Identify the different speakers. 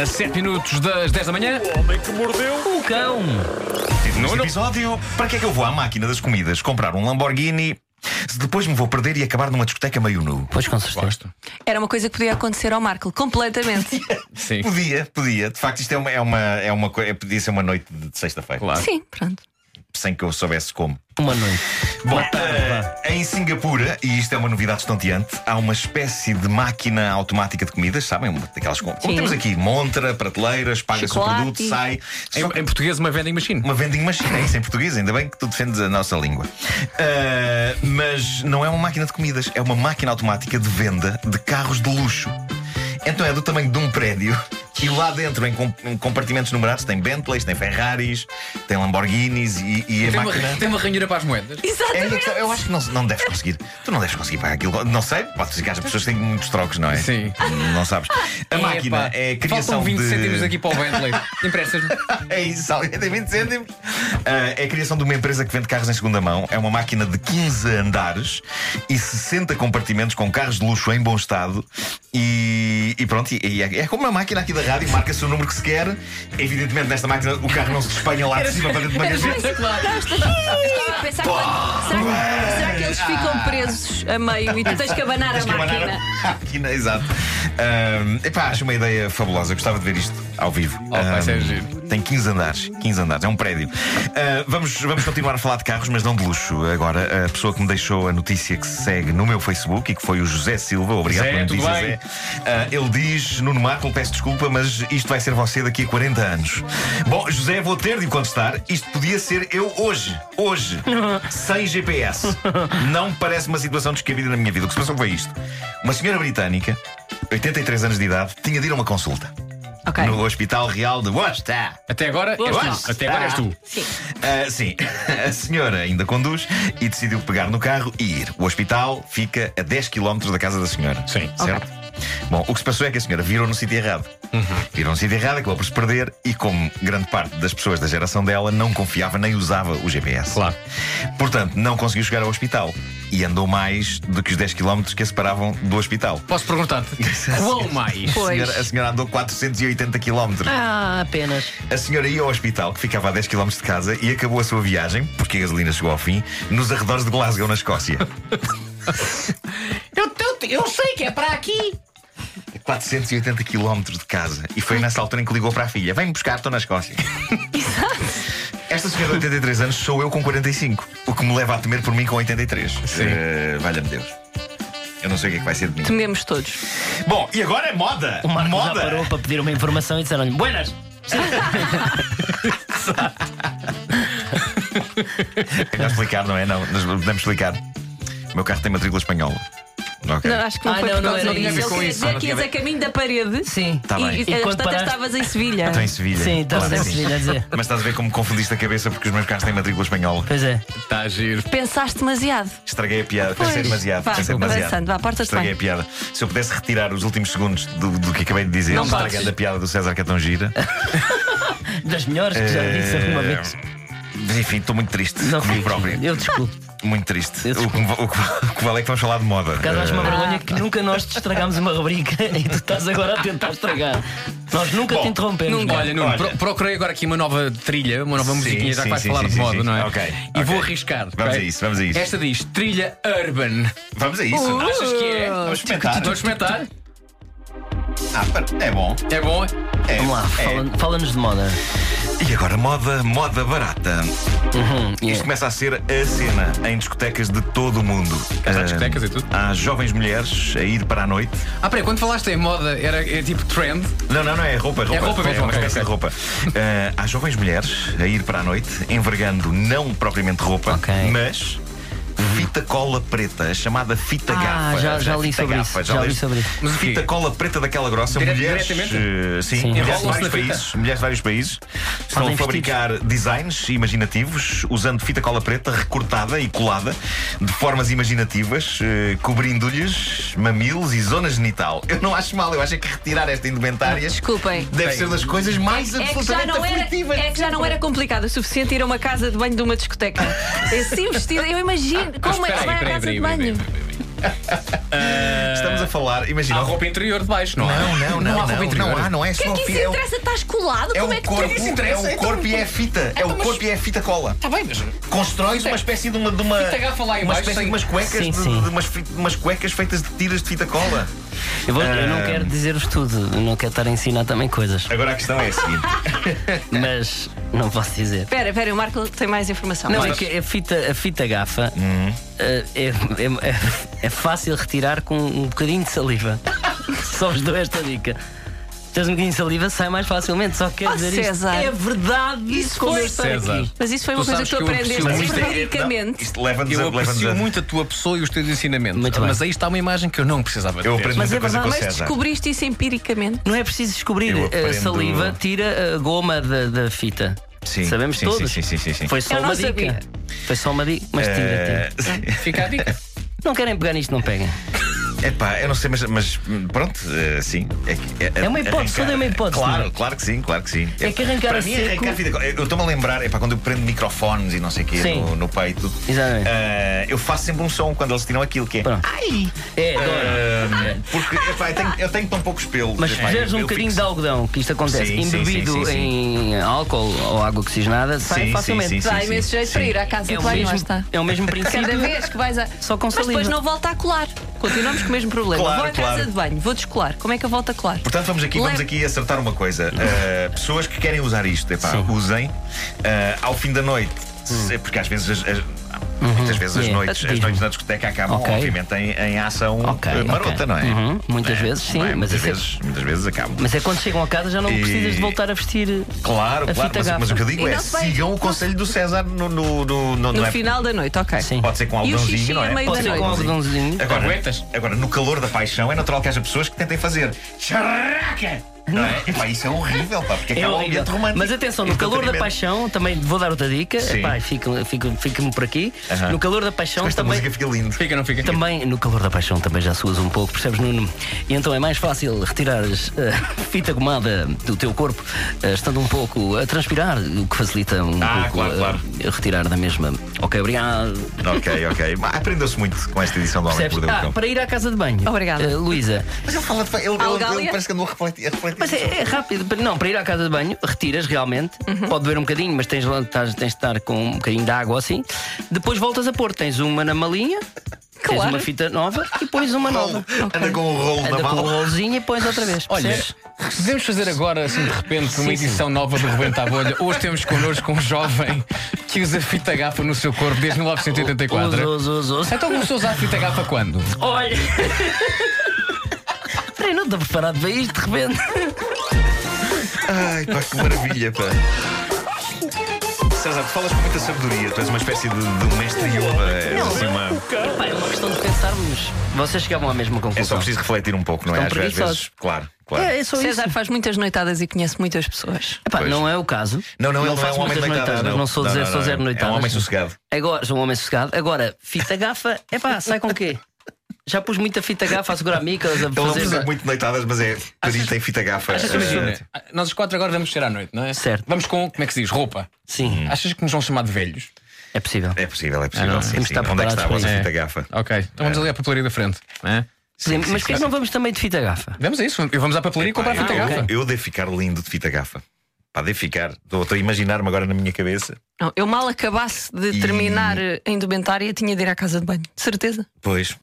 Speaker 1: A 7 minutos das 10 da manhã.
Speaker 2: O homem que mordeu.
Speaker 1: O cão.
Speaker 3: Neste episódio, para que é que eu vou à máquina das comidas comprar um Lamborghini se depois me vou perder e acabar numa discoteca meio nu?
Speaker 1: Pois com certeza.
Speaker 4: Era uma coisa que podia acontecer ao Marco, completamente.
Speaker 1: Sim.
Speaker 3: Podia, podia. De facto, isto é uma, é uma, é uma co- é- podia ser uma noite de de sexta-feira,
Speaker 1: Claro.
Speaker 4: Sim, pronto.
Speaker 3: sem que eu soubesse como.
Speaker 1: Uma noite.
Speaker 3: Bom, eh, em Singapura, e isto é uma novidade estonteante, há uma espécie de máquina automática de comidas, sabem? Uma Daquelas com- como
Speaker 4: Sim.
Speaker 3: temos aqui, montra, prateleiras, paga-se o
Speaker 4: Chocolate.
Speaker 3: produto, sai. Só
Speaker 1: Em, em português, uma vending machine.
Speaker 3: Uma vending machine, é isso em português, ainda bem que tu defendes a nossa língua. Ah, mas não é uma máquina de comidas, é uma máquina automática de venda de carros de luxo. Então é do tamanho de um prédio e lá dentro, em, com- em compartimentos numerados, tem Bentleys, tem Ferraris, tem Lamborghinis e, e a
Speaker 1: Tem uma,
Speaker 3: máquina.
Speaker 1: tem uma ranheira para as moedas.
Speaker 3: É, a
Speaker 4: Exatamente.
Speaker 3: questão, eu acho que não, não deves conseguir. Tu não deves conseguir pagar aquilo. Não sei, pode ser que as pessoas têm muitos trocos, não é?
Speaker 1: Sim.
Speaker 3: Não sabes. A máquina
Speaker 1: Epá,
Speaker 3: é a criação
Speaker 1: Faltam 20
Speaker 3: de.
Speaker 1: cêntimos aqui para o Bentley. Emprestas-me.
Speaker 3: É isso, alguém tem 20 cêntimos. Ah, é a criação de uma empresa que vende carros em segunda mão. É uma máquina de 15 andares e 60 compartimentos com carros de luxo em bom estado. E, e pronto, e- e é, é como uma máquina aqui da rádio, marca-se o número que se quer. Evidentemente, nesta máquina o carro não se despenha lá de cima para dentro de uma gaveta.
Speaker 4: Estava a pensar quando- será, que, será que eles ficam presos a meio e tu tens que abanar a
Speaker 3: Tens que abanar
Speaker 4: máquina?
Speaker 3: a máquina, exato. Ahm, epá, acho uma ideia fabulosa. Eu Gostava de ver isto ao vivo.
Speaker 1: Oh, vai
Speaker 3: Ahm,
Speaker 1: ser giro.
Speaker 3: tem 15 andares, 15 andares, é um prédio. Ah, vamos, vamos continuar a falar de carros, mas não de luxo. Agora, a pessoa que me deixou a notícia que se segue no meu Facebook e que foi o José Silva, obrigado
Speaker 1: Zé,
Speaker 3: pela
Speaker 1: tudo
Speaker 3: notícia,
Speaker 1: bem?
Speaker 3: Zé. Ah, ele diz: Nuno Marco, peço desculpa, mas isto vai ser você daqui a 40 anos. Bom, José, vou ter de contestar. Isto podia ser eu hoje, hoje, sem GPS. Não me parece uma situação descabida na minha vida. O que se passou foi isto: uma senhora britânica, 83 anos de idade, tinha de ir a uma consulta
Speaker 4: Ok.
Speaker 3: no Hospital Real de Worcester.
Speaker 1: Até agora,
Speaker 4: Boa
Speaker 1: eu
Speaker 4: sorte.
Speaker 1: acho. Até agora és tu.
Speaker 4: Sim.
Speaker 3: Ah, sim, a senhora ainda conduz e decidiu pegar no carro e ir. O hospital fica a 10 km da casa da senhora. Sim. Certo? Bom, o que se passou é que a senhora virou no sítio errado. Virou no sítio errado, acabou por se perder e, como grande parte das pessoas da geração dela, não confiava nem usava o GPS.
Speaker 1: Claro.
Speaker 3: Portanto, não conseguiu chegar ao hospital e andou mais do que os 10 km que a separavam do hospital.
Speaker 1: Posso perguntar-te? Qual mais?
Speaker 3: A
Speaker 4: Pois.
Speaker 3: senhora, a senhora andou 480 km.
Speaker 4: Ah, apenas.
Speaker 3: A senhora ia ao hospital, que ficava a 10 km de casa, e acabou a sua viagem, porque a gasolina chegou ao fim, nos arredores de Glasgow, na Escócia.
Speaker 5: Eu, eu, eu sei que é para aqui.
Speaker 3: 480 km de casa. E foi nessa altura em que ligou para a filha: Vem-me buscar, estou na Escócia. Esta senhora de 83 anos sou eu com 45, o que me leva a temer por mim com 83. Sim. Eh, Valha-me Deus. Eu não sei o que é que vai ser de mim.
Speaker 4: Tememos todos.
Speaker 3: Bom, e agora é moda!
Speaker 5: O Marco já
Speaker 3: moda!
Speaker 5: parou para pedir uma informação e disseram-lhe: Buenas!
Speaker 3: É melhor explicar, não é? Não, nós podemos explicar. O meu carro tem matrícula espanhola. Ok.
Speaker 4: Não, acho que não
Speaker 5: Ah,
Speaker 4: foi
Speaker 5: não,
Speaker 4: por
Speaker 5: não
Speaker 4: causa
Speaker 5: era
Speaker 4: disso.
Speaker 5: isso.
Speaker 4: Ele
Speaker 1: Com
Speaker 4: queria
Speaker 1: isso,
Speaker 4: dizer que ias a caminho da parede.
Speaker 5: Sim.
Speaker 3: Tá bem.
Speaker 4: e,
Speaker 5: E
Speaker 4: e
Speaker 5: quando
Speaker 4: às tantas
Speaker 5: paraste-
Speaker 4: estavas em Sevilha.
Speaker 3: Estou em Sevilha.
Speaker 5: Sim, estás
Speaker 3: Claro
Speaker 5: em
Speaker 3: que sim.
Speaker 5: Sevilha a dizer.
Speaker 3: Mas estás a ver como me confundiste a cabeça porque os meus carros têm matrícula espanhola.
Speaker 5: Pois é.
Speaker 1: Está giro.
Speaker 4: Pensaste demasiado.
Speaker 3: Estraguei a piada, pensei
Speaker 4: Pois,
Speaker 3: demasiado.
Speaker 4: vá,
Speaker 3: pensei demasiado.
Speaker 4: avançando, vá, portas-te
Speaker 3: Estraguei
Speaker 4: bem.
Speaker 3: a piada. Se eu pudesse retirar os últimos segundos do, do que acabei de dizer,
Speaker 4: Não podes.
Speaker 3: estragando a piada do César Catão Gira,
Speaker 5: Das melhores que já disse alguma
Speaker 3: eh,
Speaker 5: vez.
Speaker 3: mas enfim, estou muito triste comigo próprio.
Speaker 5: Eu desculpo. Por
Speaker 3: Muito triste.
Speaker 5: Eu
Speaker 3: O que, me- o que- o que vale é que vamos falar de moda.
Speaker 5: acaso acho uma
Speaker 3: Eh,
Speaker 5: vergonha que nunca nós te estragámos uma rubrica e tu estás agora a tentar estragar. Nós nunca
Speaker 3: Bom,
Speaker 5: te interrompemos.
Speaker 4: nunca.
Speaker 1: Olha, Nuno,
Speaker 3: Olha.
Speaker 1: pro- procurei agora aqui uma nova trilha, uma nova
Speaker 3: Sim,
Speaker 1: musiquinha, já
Speaker 3: sim,
Speaker 1: que vais
Speaker 3: sim,
Speaker 1: falar
Speaker 3: sim,
Speaker 1: de
Speaker 3: sim,
Speaker 1: moda,
Speaker 3: sim.
Speaker 1: não é?
Speaker 3: Ok,
Speaker 1: E
Speaker 3: ok.
Speaker 1: vou arriscar.
Speaker 3: Vamos
Speaker 1: ok?
Speaker 3: a isso, vamos a isso.
Speaker 1: Esta diz trilha urban.
Speaker 3: Vamos a isso.
Speaker 1: Achas
Speaker 5: Uh!
Speaker 1: que é?
Speaker 3: Vamos experimentar.
Speaker 1: Estou a experimentar?
Speaker 3: Ah, pera, é bom.
Speaker 1: É bom?
Speaker 3: É,
Speaker 5: Vamos lá,
Speaker 3: é.
Speaker 5: fala- fala-nos de moda.
Speaker 3: E agora, moda, moda barata.
Speaker 1: Uhum,
Speaker 3: Isto começa a ser a cena em discotecas de todo o mundo.
Speaker 1: Cá está
Speaker 3: Ah,
Speaker 1: discotecas e tudo.
Speaker 3: Há jovens mulheres a ir para a noite.
Speaker 1: Ah, peraí, quando falaste em moda, era é tipo trend.
Speaker 3: Não, não, não, é roupa, roupa.
Speaker 1: É roupa mesmo,
Speaker 3: uma
Speaker 1: ok,
Speaker 3: espécie
Speaker 1: ok.
Speaker 3: de roupa. Ah, há jovens mulheres a ir para a noite envergando não propriamente roupa,
Speaker 5: Ok.
Speaker 3: mas. Fita cola preta, a chamada fita
Speaker 5: Ah,
Speaker 3: gafa.
Speaker 5: já- já
Speaker 3: A
Speaker 5: li
Speaker 3: fita
Speaker 5: sobre isso,
Speaker 3: gafa,
Speaker 5: já li
Speaker 3: leste?
Speaker 5: sobre isso.
Speaker 1: Mas o quê?
Speaker 3: Fita cola preta daquela grossa,
Speaker 1: Dire-
Speaker 3: mulheres.
Speaker 1: diretamente?
Speaker 3: eh, sim,
Speaker 5: Sim.
Speaker 3: mulheres de
Speaker 1: Enrolam-se
Speaker 3: vários
Speaker 1: na fita.
Speaker 3: países. Mulheres de vários países estão
Speaker 5: Fazem
Speaker 3: a fabricar designs imaginativos usando fita cola preta recortada e colada de formas imaginativas, eh, cobrindo-lhes mamilos e zona genital. Eu não acho mal, eu acho é que retirar esta indumentária
Speaker 4: Desculpem.
Speaker 3: deve
Speaker 1: Bem,
Speaker 3: ser das coisas mais
Speaker 4: É que, já
Speaker 3: absolutamente
Speaker 4: não era,
Speaker 3: aflitivas.
Speaker 4: é que já não era complicado o suficiente ir a uma casa de banho de uma discoteca. Assim vestida, eu imagino. Como é que
Speaker 1: Ah, Espera
Speaker 4: se vai
Speaker 1: aí,
Speaker 4: à
Speaker 1: peraí,
Speaker 4: casa
Speaker 1: peraí, peraí,
Speaker 4: de banho?
Speaker 1: peraí, peraí, peraí.
Speaker 3: Estamos estamos a falar, imagina.
Speaker 1: Há roupa interior de baixo, não há?
Speaker 3: Não, não, não,
Speaker 1: há
Speaker 3: não,
Speaker 1: roupa
Speaker 3: não,
Speaker 1: interior.
Speaker 3: há, não é
Speaker 4: que
Speaker 3: só
Speaker 4: é que
Speaker 3: fi-
Speaker 4: isso
Speaker 3: é o-
Speaker 4: interessa? Estás colado?
Speaker 3: é
Speaker 4: Como é
Speaker 3: o
Speaker 4: que tu.
Speaker 3: corpo,
Speaker 1: isso
Speaker 3: é
Speaker 1: interessa?
Speaker 3: o corpo e é a fita. É o
Speaker 1: Então, mas-
Speaker 3: corpo e é a fita cola.
Speaker 1: Está Tá bem, mas.
Speaker 3: Constróis uma espécie de uma. De uma
Speaker 1: Fita gafa lá em
Speaker 3: uma
Speaker 1: baixo,
Speaker 3: espécie
Speaker 1: sem-
Speaker 3: de umas cuecas,
Speaker 5: Sim,
Speaker 3: de-
Speaker 5: sim.
Speaker 3: de umas fi- de umas cuecas feitas de tiras de fita cola.
Speaker 5: Eu, vou- eu
Speaker 3: Ah.
Speaker 5: não quero dizer-vos tudo, eu não quero estar a ensinar também coisas,
Speaker 3: Agora a questão é a seguinte.
Speaker 5: mas não posso dizer.
Speaker 4: Espera, espera, o Marco tem mais informação.
Speaker 5: Não,
Speaker 4: Vai.
Speaker 5: é que a fita, a fita gafa
Speaker 3: Uhum.
Speaker 5: eh, é, é- é- é fácil retirar com um bocadinho de saliva. Só vos dou esta dica. Tens um bocadinho de saliva, sai mais facilmente. Só quero
Speaker 4: Oh,
Speaker 5: dizer isto.
Speaker 4: César.
Speaker 5: É verdade
Speaker 4: Isso
Speaker 5: isso como
Speaker 4: foi-
Speaker 5: eu estou
Speaker 1: César.
Speaker 5: aqui.
Speaker 4: Mas isso foi uma
Speaker 1: Tu
Speaker 4: coisa
Speaker 1: sabes
Speaker 4: que tu
Speaker 1: que eu
Speaker 4: aprendeste
Speaker 1: aprecio muito-
Speaker 4: verdadeiramente.
Speaker 3: é- Isto leva-nos a.
Speaker 1: Eu
Speaker 3: leva-nos a-
Speaker 1: aprecio muito a tua pessoa e os teus ensinamentos.
Speaker 5: Muito bem.
Speaker 1: mas aí está uma imagem que eu não precisava de
Speaker 3: Eu
Speaker 1: ter.
Speaker 3: aprendo
Speaker 5: Mas
Speaker 3: muita
Speaker 5: é
Speaker 3: coisa com o
Speaker 5: verdade,
Speaker 4: Mas
Speaker 3: César.
Speaker 4: descobriste isso empiricamente.
Speaker 5: Não é preciso descobrir.
Speaker 3: Eu
Speaker 5: A
Speaker 3: aprendo-
Speaker 5: saliva tira a goma da, da fita.
Speaker 3: Sim,
Speaker 5: Sabemos
Speaker 3: sim,
Speaker 5: todos.
Speaker 3: sim, sim, sim, sim.
Speaker 5: Foi só
Speaker 4: Eu não
Speaker 5: uma dica.
Speaker 4: sabia.
Speaker 5: Foi só uma dica, mas tira,
Speaker 3: Eh,
Speaker 5: tira.
Speaker 1: Fica a dica.
Speaker 5: Não querem pegar nisto, não peguem.
Speaker 3: É pá, eu não sei, mas, mas, hum, pronto, eh, sim. É, que-
Speaker 5: É uma hipótese, tudo é uma hipótese,
Speaker 3: Claro,
Speaker 5: não é?
Speaker 3: claro que sim, claro que sim.
Speaker 5: É que arrancar
Speaker 3: para
Speaker 5: a
Speaker 3: mim,
Speaker 5: seco-
Speaker 3: arrancar a vida. Eu estou-me a lembrar, é pá, quando eu prendo microfones e não sei o quê
Speaker 5: Sim.
Speaker 3: no, no peito,
Speaker 5: Exatamente.
Speaker 3: eh, eu faço sempre um som quando eles tiram aquilo que é.
Speaker 5: Pronto. É, adoro.
Speaker 3: Eh, porque é pá, eu, tenho, eu tenho tão poucos pelos.
Speaker 5: Mas
Speaker 3: é
Speaker 5: se
Speaker 3: pá, eu-
Speaker 5: fizeres um
Speaker 3: eu
Speaker 5: bocadinho
Speaker 3: fico-
Speaker 5: de algodão, que isto acontece,
Speaker 3: Sim, sim,
Speaker 5: embebido
Speaker 3: sim, sim,
Speaker 5: em álcool ou água oxigenada, sai
Speaker 3: sim,
Speaker 5: facilmente.
Speaker 3: sim, sim,
Speaker 4: Dá
Speaker 3: sim. um
Speaker 4: imenso jeito para
Speaker 3: Sim.
Speaker 4: ir à
Speaker 5: É,
Speaker 4: casa de
Speaker 5: o
Speaker 4: banho, lá
Speaker 5: mesmo,
Speaker 4: está.
Speaker 5: é o mesmo princípio.
Speaker 4: Cada vez que vais a.
Speaker 5: Só com
Speaker 4: Mas depois
Speaker 5: saliva.
Speaker 4: não volta a colar. Continuamos com o mesmo problema.
Speaker 3: Claro,
Speaker 4: vou à
Speaker 3: claro.
Speaker 4: casa de banho, vou descolar. Como é que eu volto a colar?
Speaker 3: Portanto, vamos aqui, vamos
Speaker 4: Leva-
Speaker 3: aqui acertar uma coisa. Eh, pessoas que querem usar isto, epá,
Speaker 5: Sim. Hum.
Speaker 3: usem Eh, ao fim da noite. Se- Porque às vezes as- as- Muitas vezes as
Speaker 5: Uhum. Yeah.
Speaker 3: noites, as
Speaker 5: Diz-me.
Speaker 3: noites na discoteca acabam,
Speaker 5: Ok.
Speaker 3: obviamente, em, em ação
Speaker 5: Ok,
Speaker 3: eh,
Speaker 5: ok.
Speaker 3: marota, não é?
Speaker 5: Uhum, muitas
Speaker 3: Não é?
Speaker 5: vezes, sim,
Speaker 3: Não é?
Speaker 5: mas
Speaker 3: muitas,
Speaker 5: isso é-
Speaker 3: vezes, muitas vezes acabam.
Speaker 5: Mas é quando chegam a casa já não
Speaker 3: E-
Speaker 5: precisas de voltar a vestir.
Speaker 3: Claro,
Speaker 5: A
Speaker 3: claro,
Speaker 5: fita
Speaker 3: mas,
Speaker 5: gafa.
Speaker 3: mas o que eu
Speaker 4: E
Speaker 3: digo é
Speaker 4: não se vai-
Speaker 3: sigam o conselho do César no, no, no- no-
Speaker 4: No
Speaker 3: não é-
Speaker 4: final da noite, ok.
Speaker 5: Sim.
Speaker 3: Pode ser com
Speaker 4: E o xixi
Speaker 3: algodãozinho, não
Speaker 4: a
Speaker 3: é?
Speaker 4: meio
Speaker 5: Pode
Speaker 4: da
Speaker 5: ser com um
Speaker 4: noite.
Speaker 5: algodãozinho.
Speaker 3: Agora,
Speaker 1: Aguentas?
Speaker 3: agora, no calor da paixão, é natural que haja pessoas que tentem fazer charraca! Não é? Epá, isso é horrível, pá, porque
Speaker 5: É
Speaker 3: acaba o
Speaker 5: horrível.
Speaker 3: ambiente romântico.
Speaker 5: Mas atenção, no calor da
Speaker 3: Entretenimento.
Speaker 5: paixão, também vou dar outra dica.
Speaker 3: Sim.
Speaker 5: Epá, fico- fico- Fico-me por aqui.
Speaker 3: Aham.
Speaker 5: No calor da paixão
Speaker 3: Com esta
Speaker 5: também.
Speaker 3: música fica lindo.
Speaker 1: Fica, não fica?
Speaker 3: Então,
Speaker 5: Também, no calor da paixão, também já suas um pouco, percebes, Nuno? E então é mais fácil retirares a fita gomada do teu corpo, eh, estando um pouco a transpirar, o que facilita um
Speaker 3: Ah,
Speaker 5: pouco
Speaker 3: claro,
Speaker 5: eh,
Speaker 3: claro.
Speaker 5: retirar da mesma. Ok, obrigado.
Speaker 3: Ok, ok. Mas Aprendeu-se muito com esta edição do Homem que
Speaker 5: Percebes?
Speaker 3: Mordeu o
Speaker 5: Ah,
Speaker 3: Cão.
Speaker 5: para ir à casa de banho.
Speaker 4: Obrigada.
Speaker 5: Eh, Luísa.
Speaker 3: Mas ele fala de. Ele, ele-
Speaker 4: Algália?
Speaker 3: ele parece que andou a refletir. A refletir
Speaker 5: Mas é, é rápido. Para- Não, para ir à casa de banho, retiras realmente.
Speaker 4: Uhum.
Speaker 5: Pode doer um bocadinho, mas tens, lá- estás- tens de estar com um bocadinho de água assim. Depois voltas a pôr. Tens uma na malinha, tens
Speaker 4: Claro.
Speaker 5: uma fita nova e pões uma nova.
Speaker 3: Anda com o rolo
Speaker 5: Anda
Speaker 3: na
Speaker 5: com um o
Speaker 3: mão.
Speaker 5: rolzinho e pões outra vez.
Speaker 1: Olha,
Speaker 5: percebes?
Speaker 1: podemos fazer agora, assim, de repente, uma edição nova do Rebenta a Bolha. Hoje temos connosco um jovem que usa fita gafa no seu corpo desde 1984.
Speaker 5: Uso, uso, uso.
Speaker 1: Então começou a usar fita gafa quando?
Speaker 5: Olha! Peraí, não estou preparado para isto de repente.
Speaker 3: Ai, pá, que maravilha, pá. César, tu falas com muita sabedoria. Tu és uma espécie de, de um mestre Yoda. És assim uma.
Speaker 5: Epá, é uma questão de pensarmos. Vocês chegavam à mesma
Speaker 3: É só
Speaker 5: conclusão.
Speaker 3: preciso refletir um pouco, não é?
Speaker 5: Estão
Speaker 3: Às vezes-
Speaker 5: preguiçosos.
Speaker 3: vezes. Claro, claro.
Speaker 5: É, é só isso.
Speaker 4: César faz muitas noitadas e conhece muitas pessoas.
Speaker 5: Epá,
Speaker 3: Pois.
Speaker 5: não é o caso.
Speaker 3: Não, não, ele não é
Speaker 5: faço
Speaker 3: um homem de
Speaker 5: muitas
Speaker 3: noitadas.
Speaker 5: Não, sou, zero, sou zero noitadas.
Speaker 3: É um homem sossegado.
Speaker 5: Agora, sou um homem sossegado. Agora, fita gafa, epá, sai com o quê? Já pus muita fita gafa a segurar micas, a
Speaker 3: Ele não
Speaker 5: fazer.
Speaker 3: precisa muito de noitadas, mas é perito em fita gafa.
Speaker 1: Achas que é
Speaker 3: Eh,
Speaker 1: imagina? ah, Nós os quatro agora vamos ser à noite, não é?
Speaker 5: Certo.
Speaker 1: Vamos com, como é que se diz? Roupa.
Speaker 5: Sim,
Speaker 1: Achas que nos vão chamar de velhos?
Speaker 5: é possível.
Speaker 3: Hum. É possível, é possível. sim,
Speaker 5: Ah, temos
Speaker 3: sim.
Speaker 5: de estar
Speaker 3: Onde é que está a
Speaker 5: preparados
Speaker 3: vossa
Speaker 5: para
Speaker 1: isso.
Speaker 3: fita gafa?
Speaker 1: Ok. Então vamos ali à papelaria da frente. não é?
Speaker 5: Mas
Speaker 3: sim,
Speaker 5: porquê
Speaker 3: sim.
Speaker 5: não vamos também de fita gafa?
Speaker 1: Vamos a isso. Vamos à papelaria e comprar
Speaker 3: Pá,
Speaker 1: fita
Speaker 3: eu,
Speaker 1: gafa.
Speaker 3: eu devo ficar lindo de fita gafa. Pá, devo ficar. Estou a imaginar-me agora na minha cabeça.
Speaker 4: Não, eu mal acabasse de
Speaker 3: E-
Speaker 4: terminar eh, a indumentária, tinha de ir à casa de banho. De certeza.
Speaker 3: Pois,